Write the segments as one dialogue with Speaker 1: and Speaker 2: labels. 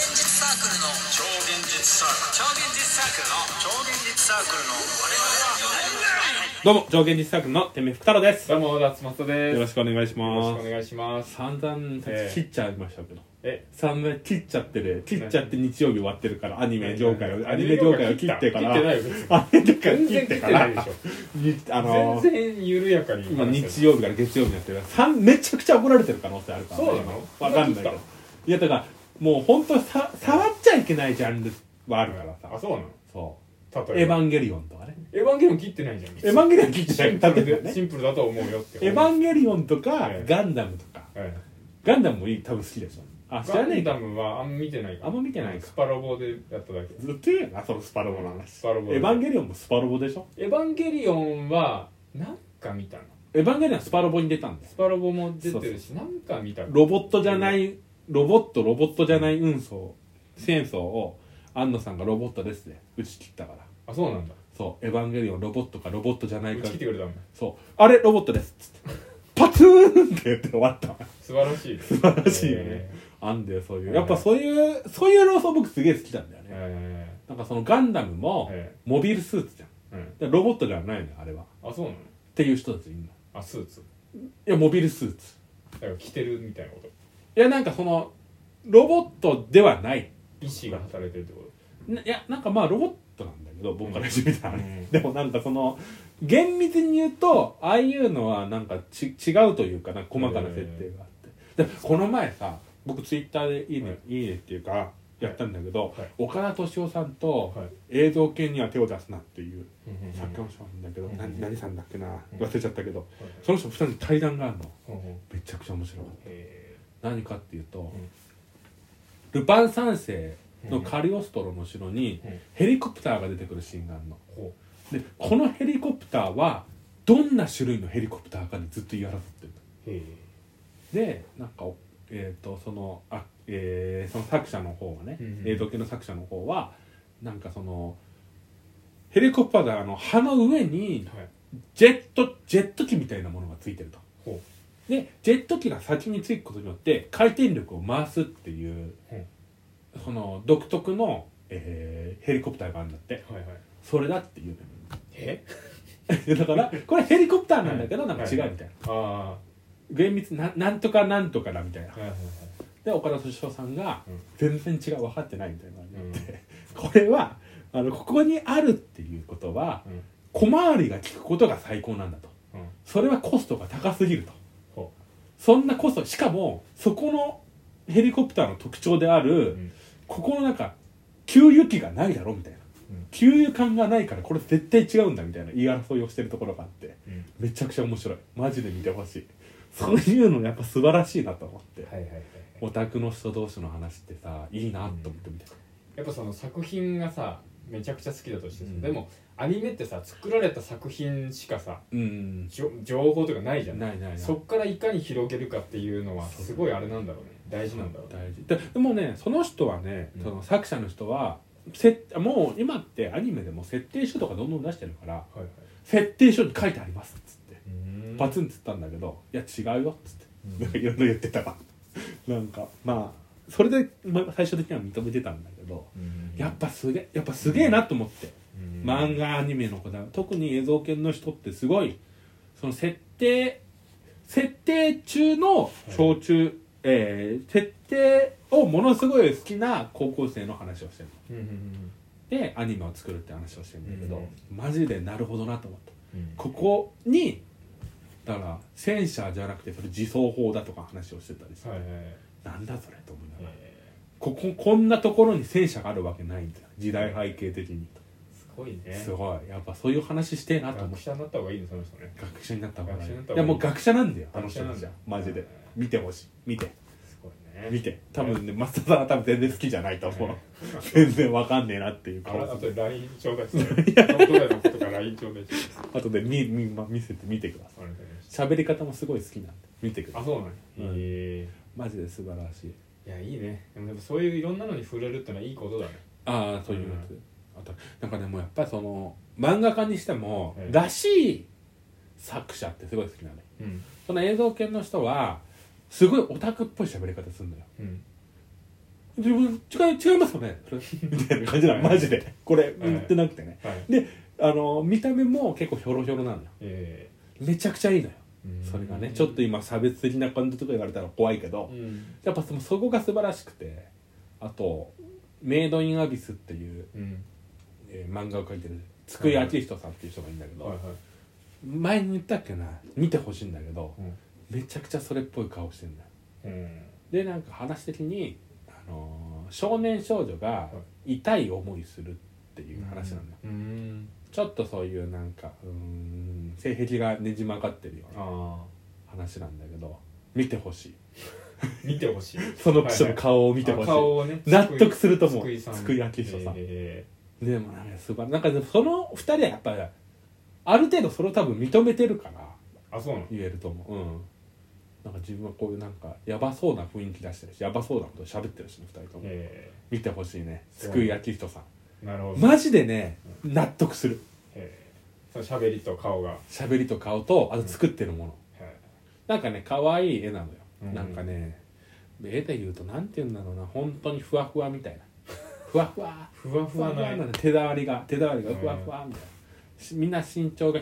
Speaker 1: クルの超現実サークル超現実サークルの超現実サークルの我々は
Speaker 2: どうも、上限実作の天命福太郎です。
Speaker 3: どうも、夏松で
Speaker 2: よろ
Speaker 3: す。
Speaker 2: しくお願いし
Speaker 3: よ
Speaker 2: ま
Speaker 3: ろしくお
Speaker 2: す。
Speaker 3: 願いします。
Speaker 2: 散々
Speaker 3: ええ
Speaker 2: 切っちゃいましたけど。
Speaker 3: え、
Speaker 2: 散々切っちゃってる。切っちゃって日曜日終わってるから、アニメ業界を、
Speaker 3: え
Speaker 2: アニメ業界を切ってから、
Speaker 3: 切ってないよ別に
Speaker 2: アニメ業界を切っ
Speaker 3: 全然切
Speaker 2: て
Speaker 3: っ
Speaker 2: か
Speaker 3: てないで
Speaker 2: ら
Speaker 3: し、ょ。
Speaker 2: にあの、
Speaker 3: 全然緩やかに。
Speaker 2: 今日曜日から月曜日になってるからさんめちゃくちゃ怒られてる可能性あるからね、
Speaker 3: そうなの
Speaker 2: 今わかんないけど。いや、だから、もう本当さ、触っちゃいけないジャンルはあるから
Speaker 3: あ、
Speaker 2: さ。
Speaker 3: そうなの
Speaker 2: そう。
Speaker 3: 例えば。
Speaker 2: エヴァンゲリオンとかね。
Speaker 3: エヴァンゲリオン切ってないじゃん。
Speaker 2: エヴァンゲリオン切ってない
Speaker 3: シンプル
Speaker 2: 例えば
Speaker 3: で
Speaker 2: ね
Speaker 3: シンプルだと思うよって。
Speaker 2: エヴァンゲリオンとか
Speaker 3: え、え
Speaker 2: ガンダムとか。
Speaker 3: はい
Speaker 2: ガンダムもいい多分好きでしょあ知
Speaker 3: ガ
Speaker 2: らねえ
Speaker 3: ン
Speaker 2: か
Speaker 3: ダムはあんま見てないから
Speaker 2: あんま見てないか
Speaker 3: スパロボでやっただけ。
Speaker 2: ずっと言うなそのスパロボの話
Speaker 3: スパロボ
Speaker 2: エヴァンゲリオンもスパロボでしょ
Speaker 3: エヴァンゲリオンは、なんか見たの。
Speaker 2: エヴァンゲリオンはスパロボに出たんです
Speaker 3: スパロボも出てるし、なんか見たの。
Speaker 2: ロボットじゃないロボットロボットじゃない運送戦争を安野さんがロボットですね打ち切ったから
Speaker 3: あ、そうなんだ。
Speaker 2: そうエヴァンゲリオンロボットかロボットじゃな
Speaker 3: 打
Speaker 2: い
Speaker 3: ち
Speaker 2: か
Speaker 3: 切ってくれたもん。
Speaker 2: そうあれロボットですっつ ってパツーンって言って終わった
Speaker 3: 素晴らしい。素
Speaker 2: 素晴らしいよね。あんだよそういうやっぱそういうそういう論争僕すげえ好きなんだよね
Speaker 3: え
Speaker 2: なんかそのガンダムも
Speaker 3: え
Speaker 2: モビルスーツじゃん
Speaker 3: ーうん。
Speaker 2: でロボットではないのよあれはっ
Speaker 3: あ、そうなの
Speaker 2: ていう人たちいるのい
Speaker 3: あ、スーツ。
Speaker 2: やモビルスーツ
Speaker 3: だから着てるみたいなこと
Speaker 2: いやなんかそのロボットではない
Speaker 3: 意思が働いてるってこ
Speaker 2: ないやなんかまあロボットなんだけど僕からしてみたらね、
Speaker 3: う
Speaker 2: で
Speaker 3: ん
Speaker 2: もなんかその厳密に言うとああいうのはなんかち違うというかなんか細かな設定があって、でこの前さ僕ツイッターでいいね、
Speaker 3: はい
Speaker 2: い、いねっていうかやったんだけど、
Speaker 3: はい
Speaker 2: 岡田敏夫さんと
Speaker 3: はい
Speaker 2: 映像系には手を出すなっていう
Speaker 3: と
Speaker 2: 作家の人なんだけど、
Speaker 3: うん
Speaker 2: 何何さんだっけな
Speaker 3: うん
Speaker 2: 忘れちゃったけど、その人2人に対談があるの
Speaker 3: うんうん
Speaker 2: めちゃくちゃ面白い
Speaker 3: へ
Speaker 2: 何かっていうと、
Speaker 3: ん
Speaker 2: ルパン三世のカリオストロの城に
Speaker 3: うん
Speaker 2: ヘリコプターが出てくるシーンがあるの
Speaker 3: ーほ
Speaker 2: でこのヘリコプターはどんな種類のヘリコプターかにずっと言い争ってる
Speaker 3: うへ
Speaker 2: でなんかおえっ、とそのあ、えーその作者の方はね、
Speaker 3: うんうん
Speaker 2: 映像系の作者の方はなんかそのヘリコプターの葉の上に
Speaker 3: ーはい
Speaker 2: ジェットジェット機みたいなものがついてると
Speaker 3: ほ
Speaker 2: でジェット機が先につくことによって回転力を回すっていう、その独特の、えーヘリコプターがあるんだって
Speaker 3: うはいはい
Speaker 2: それだっていう
Speaker 3: え
Speaker 2: ねだからこれヘリコプターなんだけどなんか違うみたいな
Speaker 3: ああは
Speaker 2: 厳密ななんとかなんとかだみたいない
Speaker 3: はいはい
Speaker 2: で岡田敏夫さんが
Speaker 3: うん
Speaker 2: 全然違う分かってないみたいな感じになって、 これはあのここにあるっていうことは
Speaker 3: うん
Speaker 2: 小回りが利くことが最高なんだと
Speaker 3: うん
Speaker 2: それはコストが高すぎると
Speaker 3: ほ
Speaker 2: そんなこそしかもそこのヘリコプターの特徴である、
Speaker 3: ううん
Speaker 2: ここのなんか給油機がないだろみたいな、
Speaker 3: うん
Speaker 2: 給油管がないからこれ絶対違うんだみたいな言い争いをしてるところがあって
Speaker 3: うん
Speaker 2: めちゃくちゃ面白いマジで見てほしいそういうのやっぱ素晴らしいなと思って、
Speaker 3: はいはいはい
Speaker 2: オタクの人同士の話ってさいいなと思って見てた、
Speaker 3: やっぱその作品がさめちゃくちゃ好きだとしてさ
Speaker 2: うん
Speaker 3: でもアニメってさ作られた作品しかさ
Speaker 2: うん、
Speaker 3: じょ情報とかないじゃん
Speaker 2: ないないない
Speaker 3: そっからいかに広げるかっていうのはすごいあれなんだろうね大事なんだろうね
Speaker 2: 大事ででもねその人はね、
Speaker 3: うん
Speaker 2: その作者の人はせもう今ってアニメでも設定書とかどんどん出してるから
Speaker 3: はいはい
Speaker 2: 設定書に書いてありますっつって
Speaker 3: うん
Speaker 2: バツンっつったんだけど「いや違うよ」っつって
Speaker 3: うん
Speaker 2: いろいろ言ってたわなんかまあそれで、まあ、最終的には認めてたんだけど
Speaker 3: うん
Speaker 2: やっぱすげえやっぱすげえなと思って、
Speaker 3: うん
Speaker 2: 漫画アニメのこだわり特に映像系の人ってすごいその設定設定中の小中、えー設定をものすごい好きな高校生の話をしてる
Speaker 3: うんうん
Speaker 2: でアニメを作るって話をしてるんだけど、
Speaker 3: う
Speaker 2: マジでなるほどなと思った
Speaker 3: うん
Speaker 2: ここにだから戦車じゃなくてそれ自走砲だとか話をしてたりして
Speaker 3: はいはいはい
Speaker 2: なんだそれと思いながら、
Speaker 3: え
Speaker 2: こここんなところに戦車があるわけないんだよ時代背景的に、
Speaker 3: ーすごいね
Speaker 2: すごいやっぱそういう話してえなと思
Speaker 3: 学
Speaker 2: って
Speaker 3: 者になった方がいいねその人ね
Speaker 2: 学者になった方がいい
Speaker 3: 学者になった
Speaker 2: い
Speaker 3: 方が
Speaker 2: や
Speaker 3: いい
Speaker 2: もう学者なんだよあの
Speaker 3: 学
Speaker 2: 人
Speaker 3: 者なんだ
Speaker 2: たちはマジ
Speaker 3: う
Speaker 2: で
Speaker 3: ん
Speaker 2: 見てほしい見て
Speaker 3: すごいね
Speaker 2: 見て多分ね増田さんは多分全然好きじゃないと思う全然わかんねえなっていう
Speaker 3: あ
Speaker 2: 顔
Speaker 3: らあ
Speaker 2: する
Speaker 3: と LINE ちょ うだいどこだのことか LINE ちょうだい
Speaker 2: あとで見見ま見せて見てください喋り方もすごい好きなんで見てくだ
Speaker 3: あ
Speaker 2: さい
Speaker 3: そうなの
Speaker 2: うん
Speaker 3: へ
Speaker 2: マジで素晴らしい
Speaker 3: えいやいいねでもやっぱそういういろんなのに触れるってのはいいことだね
Speaker 2: ああそういうやつ、あとなんかでもやっぱりその漫画家にしても、
Speaker 3: ええ
Speaker 2: らしい作者ってすごい好きなのよ
Speaker 3: うん
Speaker 2: その映像系の人はすごいオタクっぽい喋り方するのよ
Speaker 3: うん
Speaker 2: 自分違い違いますよねそれみたいな感 じなのマジでこれ
Speaker 3: はい
Speaker 2: 売ってなくてね
Speaker 3: はい
Speaker 2: であの見た目も結構ひょろひょろなのよ
Speaker 3: え
Speaker 2: めちゃくちゃいいのよ
Speaker 3: ー
Speaker 2: それがねちょっと今差別的な感じとか言われたら怖いけど
Speaker 3: うん
Speaker 2: やっぱそのそこが素晴らしくてあと「メイド・イン・アビス」っていう、
Speaker 3: うん
Speaker 2: えー漫画を描いてる津久井明人さんっていう人がいるんだけど、
Speaker 3: はいはい
Speaker 2: 前に言ったっけな見てほしいんだけど
Speaker 3: うん
Speaker 2: めちゃくちゃそれっぽい顔してんだよ
Speaker 3: うん
Speaker 2: でなんか話的に、あのー少年少女が痛い思いするっていう話なんだよ、
Speaker 3: うん
Speaker 2: ちょっとそういうなんかうーん性癖がねじ曲がってるような
Speaker 3: あ
Speaker 2: 話なんだけど見てほしい
Speaker 3: あ見てほ しい
Speaker 2: その人の顔を見てほしい、
Speaker 3: あ顔をね
Speaker 2: 納得すると思う
Speaker 3: 津久井さん
Speaker 2: 津久井明人さん
Speaker 3: え
Speaker 2: でもなんかすごいなんかでもその2人はやっぱりある程度それを多分認めてるから
Speaker 3: ーあそうなの
Speaker 2: 言えると思ううんなんか自分はこういうなんかやばそうな雰囲気出してるしやばそうなこと喋ってるしね2人とも
Speaker 3: え
Speaker 2: 見てほしいね
Speaker 3: そう
Speaker 2: 救い明人さん
Speaker 3: ーなるほど
Speaker 2: マジでね納得する
Speaker 3: えーその喋りと顔がは
Speaker 2: 喋りと顔とあと作ってるもの、なんかね可愛い絵なのよ、
Speaker 3: うん
Speaker 2: なんかね絵で言うとなんて言うんだろうな本当にふわふわみ たいなふわふわ
Speaker 3: いふわふわな
Speaker 2: の手触りが手触りがふわふわみたいな、しみんな身長が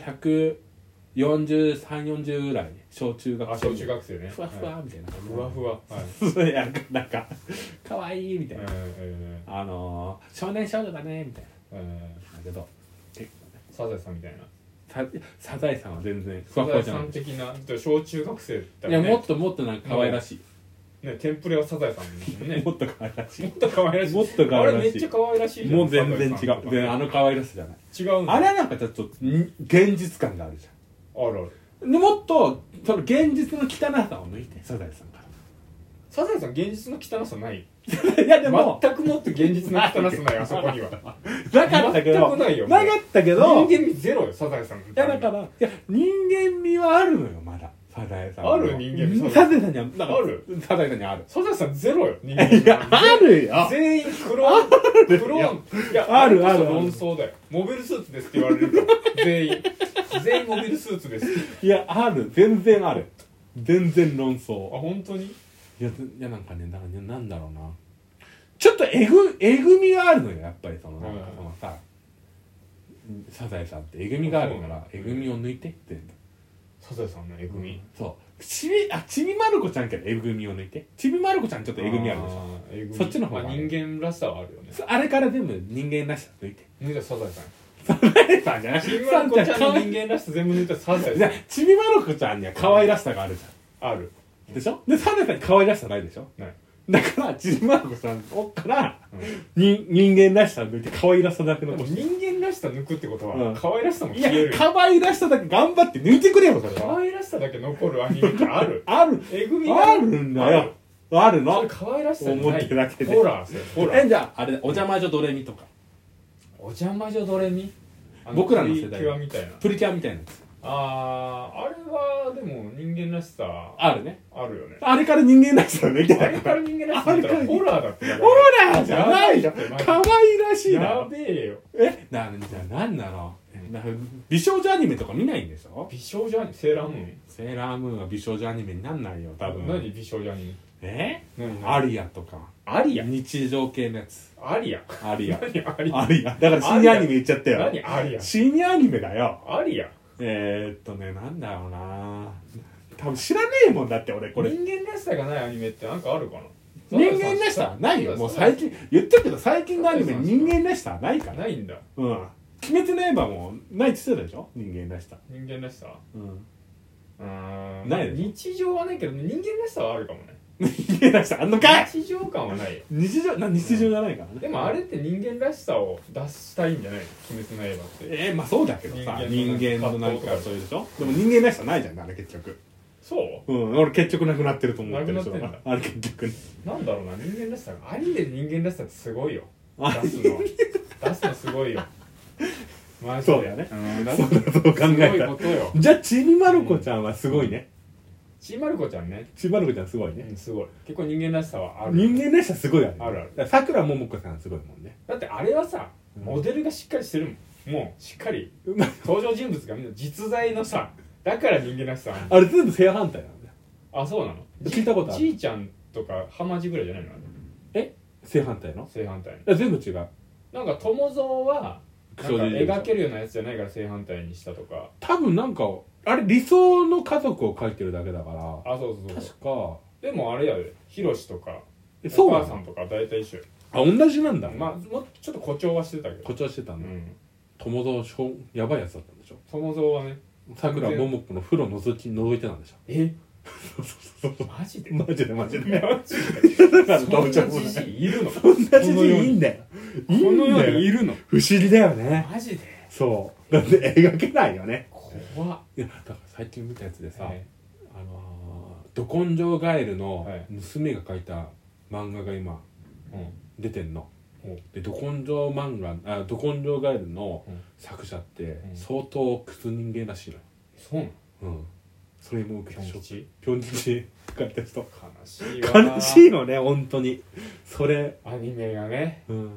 Speaker 2: 14340ぐらい小中
Speaker 3: あ
Speaker 2: 学生
Speaker 3: 小中学生ね
Speaker 2: ふわふ
Speaker 3: はい
Speaker 2: わみたいな、
Speaker 3: ふわふわはい
Speaker 2: ふわなんかなんかかわいいみたいな、
Speaker 3: え
Speaker 2: あのー、少年少女だねみたい
Speaker 3: ーえーえ
Speaker 2: なだけど結
Speaker 3: ーサザエさんみたいな
Speaker 2: 構ねササザエさんは全然ふ
Speaker 3: サ
Speaker 2: わふ
Speaker 3: ザ
Speaker 2: わ
Speaker 3: エ
Speaker 2: じゃ
Speaker 3: さ
Speaker 2: ない
Speaker 3: ん的な小中学生だ
Speaker 2: い
Speaker 3: よ
Speaker 2: や
Speaker 3: ね
Speaker 2: もっともっとなんか可愛らし
Speaker 3: ねテンプレはサザエさんだもん
Speaker 2: い、
Speaker 3: ね
Speaker 2: もっと可愛らし
Speaker 3: もっと可愛らしい
Speaker 2: もっと可愛らしい
Speaker 3: あれめっちゃ可愛らしい
Speaker 2: い
Speaker 3: じゃん
Speaker 2: もう全然違う
Speaker 3: サザエさん
Speaker 2: 全
Speaker 3: と
Speaker 2: 然あの可愛らしさじゃない
Speaker 3: 違うんだ
Speaker 2: あれはなんかちょっとん現実感があるじゃ
Speaker 3: あるある
Speaker 2: んでもっとその現実の汚さを抜いてサザエさんか
Speaker 3: サザエさん現実の汚さない
Speaker 2: ら いやでも
Speaker 3: 全くもっと現実の汚さないあそこに
Speaker 2: な
Speaker 3: は
Speaker 2: かったけ
Speaker 3: 全
Speaker 2: ど
Speaker 3: くないよ
Speaker 2: なかったけど
Speaker 3: 人間味ゼロよサザエさんい
Speaker 2: いやだからいや人間味はあるのよまだサザエさんは
Speaker 3: ある人間味
Speaker 2: うんサザエさんにはなんか
Speaker 3: ある
Speaker 2: サザエさんにはある
Speaker 3: サザエさんゼロよ 人
Speaker 2: いや
Speaker 3: 間
Speaker 2: ある
Speaker 3: 味
Speaker 2: よ
Speaker 3: 全員クローンクローンいや
Speaker 2: あるある
Speaker 3: れこそ論争だよモビルスーツですって言われるから全員全員モビルスー ツですあ
Speaker 2: いやある全然ある全然論争
Speaker 3: 本当に
Speaker 2: いやずいやなんかねなんかねなんだろうなちょっとえぐえぐみがあるのよやっぱりそのなんか
Speaker 3: うん
Speaker 2: そのさ、サザエさんってえぐみがあるか
Speaker 3: あ
Speaker 2: ら
Speaker 3: そ
Speaker 2: え
Speaker 3: うな
Speaker 2: ぐ
Speaker 3: の
Speaker 2: みを抜いてって
Speaker 3: サザエさんのえぐみ
Speaker 2: そうちびあちびまる子ちゃんけどえぐみを抜いてちびまる子ちゃんちょっとえぐみあるでしょ
Speaker 3: あーえぐみ
Speaker 2: そっちの方が
Speaker 3: まあ人間らしさはあるよね
Speaker 2: そあれから全部人間らしさ抜 いて
Speaker 3: 抜いたらサザエさん
Speaker 2: さんじゃない
Speaker 3: ちびまる子ちゃんの人間らしさ全部抜いたらサザエ
Speaker 2: い
Speaker 3: さ
Speaker 2: や
Speaker 3: ん
Speaker 2: ちびまる子ちゃんには可愛らしさがあるじゃ
Speaker 3: ある
Speaker 2: んでしょでサザエさんに可愛らしさないでしょ
Speaker 3: ない
Speaker 2: だからちびまる子ちゃんおっから、
Speaker 3: うん
Speaker 2: に人間らしさ抜いて可愛らしさだけ
Speaker 3: でも
Speaker 2: 残して
Speaker 3: 人間らしさ抜くってこと
Speaker 2: う
Speaker 3: は
Speaker 2: ん
Speaker 3: 可愛らしさも
Speaker 2: い
Speaker 3: 消
Speaker 2: や
Speaker 3: える
Speaker 2: 可愛らしさだけ頑張って抜いてくれよそれ
Speaker 3: 可
Speaker 2: は
Speaker 3: 愛らしさだけ残るアニメってある
Speaker 2: ある
Speaker 3: えぐみ が
Speaker 2: あるんだよある
Speaker 3: そ
Speaker 2: の
Speaker 3: れ可愛らしさじゃない
Speaker 2: 表だけで
Speaker 3: ホラーそれホラ
Speaker 2: え
Speaker 3: ー
Speaker 2: じゃああれだお邪魔女ドレミとか
Speaker 3: お邪魔女ドレミあ
Speaker 2: 僕らの世代
Speaker 3: プリキュアみたいな
Speaker 2: プリキュアみたいなやつ
Speaker 3: あーあれはでも人間らしさあ
Speaker 2: あるね
Speaker 3: るよね
Speaker 2: あれから人間らしさ抜いて
Speaker 3: あ
Speaker 2: な
Speaker 3: れ
Speaker 2: い
Speaker 3: から人間らしさだった
Speaker 2: あ
Speaker 3: ら
Speaker 2: れから
Speaker 3: ホラーだってだから
Speaker 2: ほらじゃないじゃん可愛らしいだ
Speaker 3: や
Speaker 2: ろ
Speaker 3: べえよ
Speaker 2: えなじゃあなんだろうな美少女アニメとか見ないんでしょ
Speaker 3: 美少女アニメセーラームーン
Speaker 2: セーラームーンは美少女アニメになんないよ多分
Speaker 3: 何美少女アニ
Speaker 2: え
Speaker 3: メ何
Speaker 2: アリアとか
Speaker 3: アリア
Speaker 2: 日常系のやつ
Speaker 3: アリア
Speaker 2: ア リア
Speaker 3: 何アリア
Speaker 2: アリアだから深夜アニメ言っちゃったよ
Speaker 3: 何アリア
Speaker 2: 深夜アニメだよ
Speaker 3: アリア
Speaker 2: えー、っとねなんだろうな多分知らねえもんだって俺これ
Speaker 3: 人間らしさがないアニメってなんかあるかな
Speaker 2: 人間らしさはないよもう最近言ってるけど最近のアニメ人間らしさはないから
Speaker 3: ないんだ
Speaker 2: うん鬼滅の刃もないって言ってたでしょ人間らしさ
Speaker 3: 人間らしさ
Speaker 2: うん
Speaker 3: うーん
Speaker 2: ないでしょ
Speaker 3: 日常はないけど人間らしさはあるかもね
Speaker 2: 人間らしさあんのかい
Speaker 3: 日常感はないよ
Speaker 2: 日常な日常じゃないからね
Speaker 3: でもあれって人間らしさを出したいんじゃないの鬼滅の刃って
Speaker 2: えー、まあそうだけどさ
Speaker 3: 人
Speaker 2: 人
Speaker 3: 間
Speaker 2: 間
Speaker 3: の
Speaker 2: の
Speaker 3: な
Speaker 2: なんん
Speaker 3: か
Speaker 2: かそういうでしょでも人間らしさないじゃんあれ結局
Speaker 3: そう
Speaker 2: うん俺結局なくなってると思ってる
Speaker 3: なくなってん
Speaker 2: あれ結局ね
Speaker 3: なんだろうな人間らしさがアニメで人間らしさってすごいよ
Speaker 2: あ
Speaker 3: 出すの出すのすごいよマジで
Speaker 2: そうだね
Speaker 3: うん出す
Speaker 2: そ
Speaker 3: の
Speaker 2: うだそう考
Speaker 3: すご
Speaker 2: え
Speaker 3: い
Speaker 2: た
Speaker 3: こ
Speaker 2: ら
Speaker 3: とよ
Speaker 2: じゃあちびまる子ちゃんはすごいね
Speaker 3: ちーまる子ちゃんね
Speaker 2: ちびまる子ちゃんすごいうね
Speaker 3: んすごい結構人間らしさはある
Speaker 2: 人間らしさすごいある
Speaker 3: あるある
Speaker 2: だからさくらももこさんすごいもんね
Speaker 3: だってあれはさ
Speaker 2: うん
Speaker 3: モデルがしっかりしてるもんもうしっかり
Speaker 2: うまい
Speaker 3: 登場人物がみんな実在のさだから人間らしさあんの
Speaker 2: あれ全部正反対なんだよ
Speaker 3: あそうなの
Speaker 2: 聞いたことある
Speaker 3: じいちゃんとか浜地ぐらいじゃないのあれ
Speaker 2: え正反対の
Speaker 3: 正反対の
Speaker 2: いや全部違う
Speaker 3: なんか友蔵はなん
Speaker 2: クソ
Speaker 3: か
Speaker 2: デジ
Speaker 3: 描けるようなやつじゃないから正反対にしたとか
Speaker 2: 多分なんかあれ理想の家族を描いてるだけだから
Speaker 3: あそうそう
Speaker 2: 確
Speaker 3: そう
Speaker 2: か
Speaker 3: でもあれやでヒロシとか
Speaker 2: えそう
Speaker 3: お
Speaker 2: な
Speaker 3: 母さ
Speaker 2: の
Speaker 3: んとか大体一緒よ
Speaker 2: あ同じなんだ
Speaker 3: まあもうちょっと誇張はしてたけど
Speaker 2: 誇張してた
Speaker 3: うん
Speaker 2: だ
Speaker 3: ん
Speaker 2: 友蔵しょやばいやつだったんでしょ
Speaker 3: 友蔵はね
Speaker 2: さくらももこの風呂のぞき覗いてたんでしょ
Speaker 3: え
Speaker 2: そうそうそう
Speaker 3: マジで
Speaker 2: マジでマジで
Speaker 3: マジ
Speaker 2: だから
Speaker 3: でそ
Speaker 2: ど
Speaker 3: ん
Speaker 2: うしよ
Speaker 3: な
Speaker 2: うもな
Speaker 3: じ
Speaker 2: い
Speaker 3: じいいるのこ
Speaker 2: そんなじじいいんだよいい
Speaker 3: の
Speaker 2: んだ
Speaker 3: 世にい
Speaker 2: よ
Speaker 3: るの
Speaker 2: 不思議だよね
Speaker 3: マジで
Speaker 2: そうだって描けないよね
Speaker 3: 怖っ
Speaker 2: いやだから最近見たやつでさ、
Speaker 3: はい
Speaker 2: あのーど根性ガエルの
Speaker 3: はい
Speaker 2: 娘が描いた漫画が今
Speaker 3: うん
Speaker 2: 出てんの、
Speaker 3: お
Speaker 2: でど根性漫画あど根性ガエルの
Speaker 3: うん
Speaker 2: 作者って
Speaker 3: うん
Speaker 2: 相当クズ人間らしいのよ、
Speaker 3: そうなの
Speaker 2: うん、それも受け
Speaker 3: ピョ
Speaker 2: たし
Speaker 3: ン
Speaker 2: ょ
Speaker 3: 吉
Speaker 2: ピョン吉描いた人
Speaker 3: 悲しいわ
Speaker 2: 悲しいのね本当にそれ
Speaker 3: アニメがね
Speaker 2: うん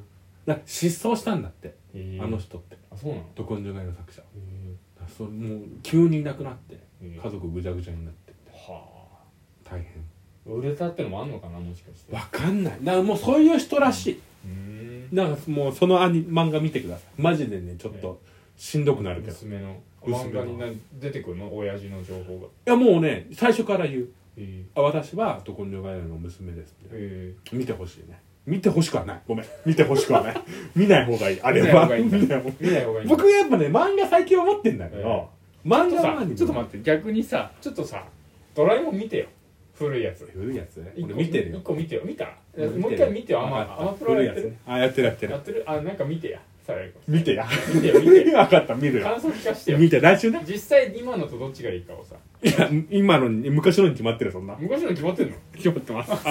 Speaker 2: だから失踪したんだって、
Speaker 3: えー
Speaker 2: あの人って
Speaker 3: あそうなの
Speaker 2: ど根性ガエルの作者だか
Speaker 3: へー
Speaker 2: らそれもう急にいなくなって
Speaker 3: え
Speaker 2: 家
Speaker 3: ー
Speaker 2: 族ぐちゃぐちゃになって
Speaker 3: はあ
Speaker 2: 大変
Speaker 3: 売れたってのもあんのかなもしかして
Speaker 2: わかんないだからもうそういう人らしい、
Speaker 3: うん
Speaker 2: なんかもうそのアニ漫画見てくださいマジでねちょっとしんどくなるけど、
Speaker 3: 娘の
Speaker 2: 娘
Speaker 3: 漫
Speaker 2: の
Speaker 3: 画にな出てくるの親父の情報が
Speaker 2: いやもうね最初から言う
Speaker 3: え
Speaker 2: あ私はどこにょがやの娘です
Speaker 3: ー
Speaker 2: って
Speaker 3: え
Speaker 2: 見てほしいね見てほしくはないごめん見てほしくはない 見ない方がいいあ
Speaker 3: ー見
Speaker 2: れ
Speaker 3: ない方
Speaker 2: は
Speaker 3: がいいん
Speaker 2: 見
Speaker 3: だ
Speaker 2: ない方がいい
Speaker 3: 見ない方がいいんだ
Speaker 2: 僕やっぱね漫画最近思ってんだけど、漫
Speaker 3: ちょっと
Speaker 2: 画は
Speaker 3: さちょっと待って逆にさちょっとさドラえもん見てよ古いやつ
Speaker 2: て古いやつね
Speaker 3: 一個
Speaker 2: 俺見てるよ
Speaker 3: 一個見てよ見た
Speaker 2: 俺見
Speaker 3: もう
Speaker 2: て
Speaker 3: 一
Speaker 2: るよ
Speaker 3: 回見てよア
Speaker 2: わ
Speaker 3: マ
Speaker 2: か
Speaker 3: アマ
Speaker 2: った
Speaker 3: プロ
Speaker 2: 古い
Speaker 3: や
Speaker 2: やつ
Speaker 3: ってる
Speaker 2: ねあやってるやって
Speaker 3: や
Speaker 2: る
Speaker 3: ってるあなんか見てや最後
Speaker 2: 見てや
Speaker 3: 見てよ見 てよ
Speaker 2: 分かった見るよ
Speaker 3: 感想聞かせてよ
Speaker 2: 見て来週ね
Speaker 3: 実際今のとどっちがいいかをさ
Speaker 2: いや今のに昔のに決まってるよそんな
Speaker 3: 昔の決まってんの
Speaker 2: 決まってます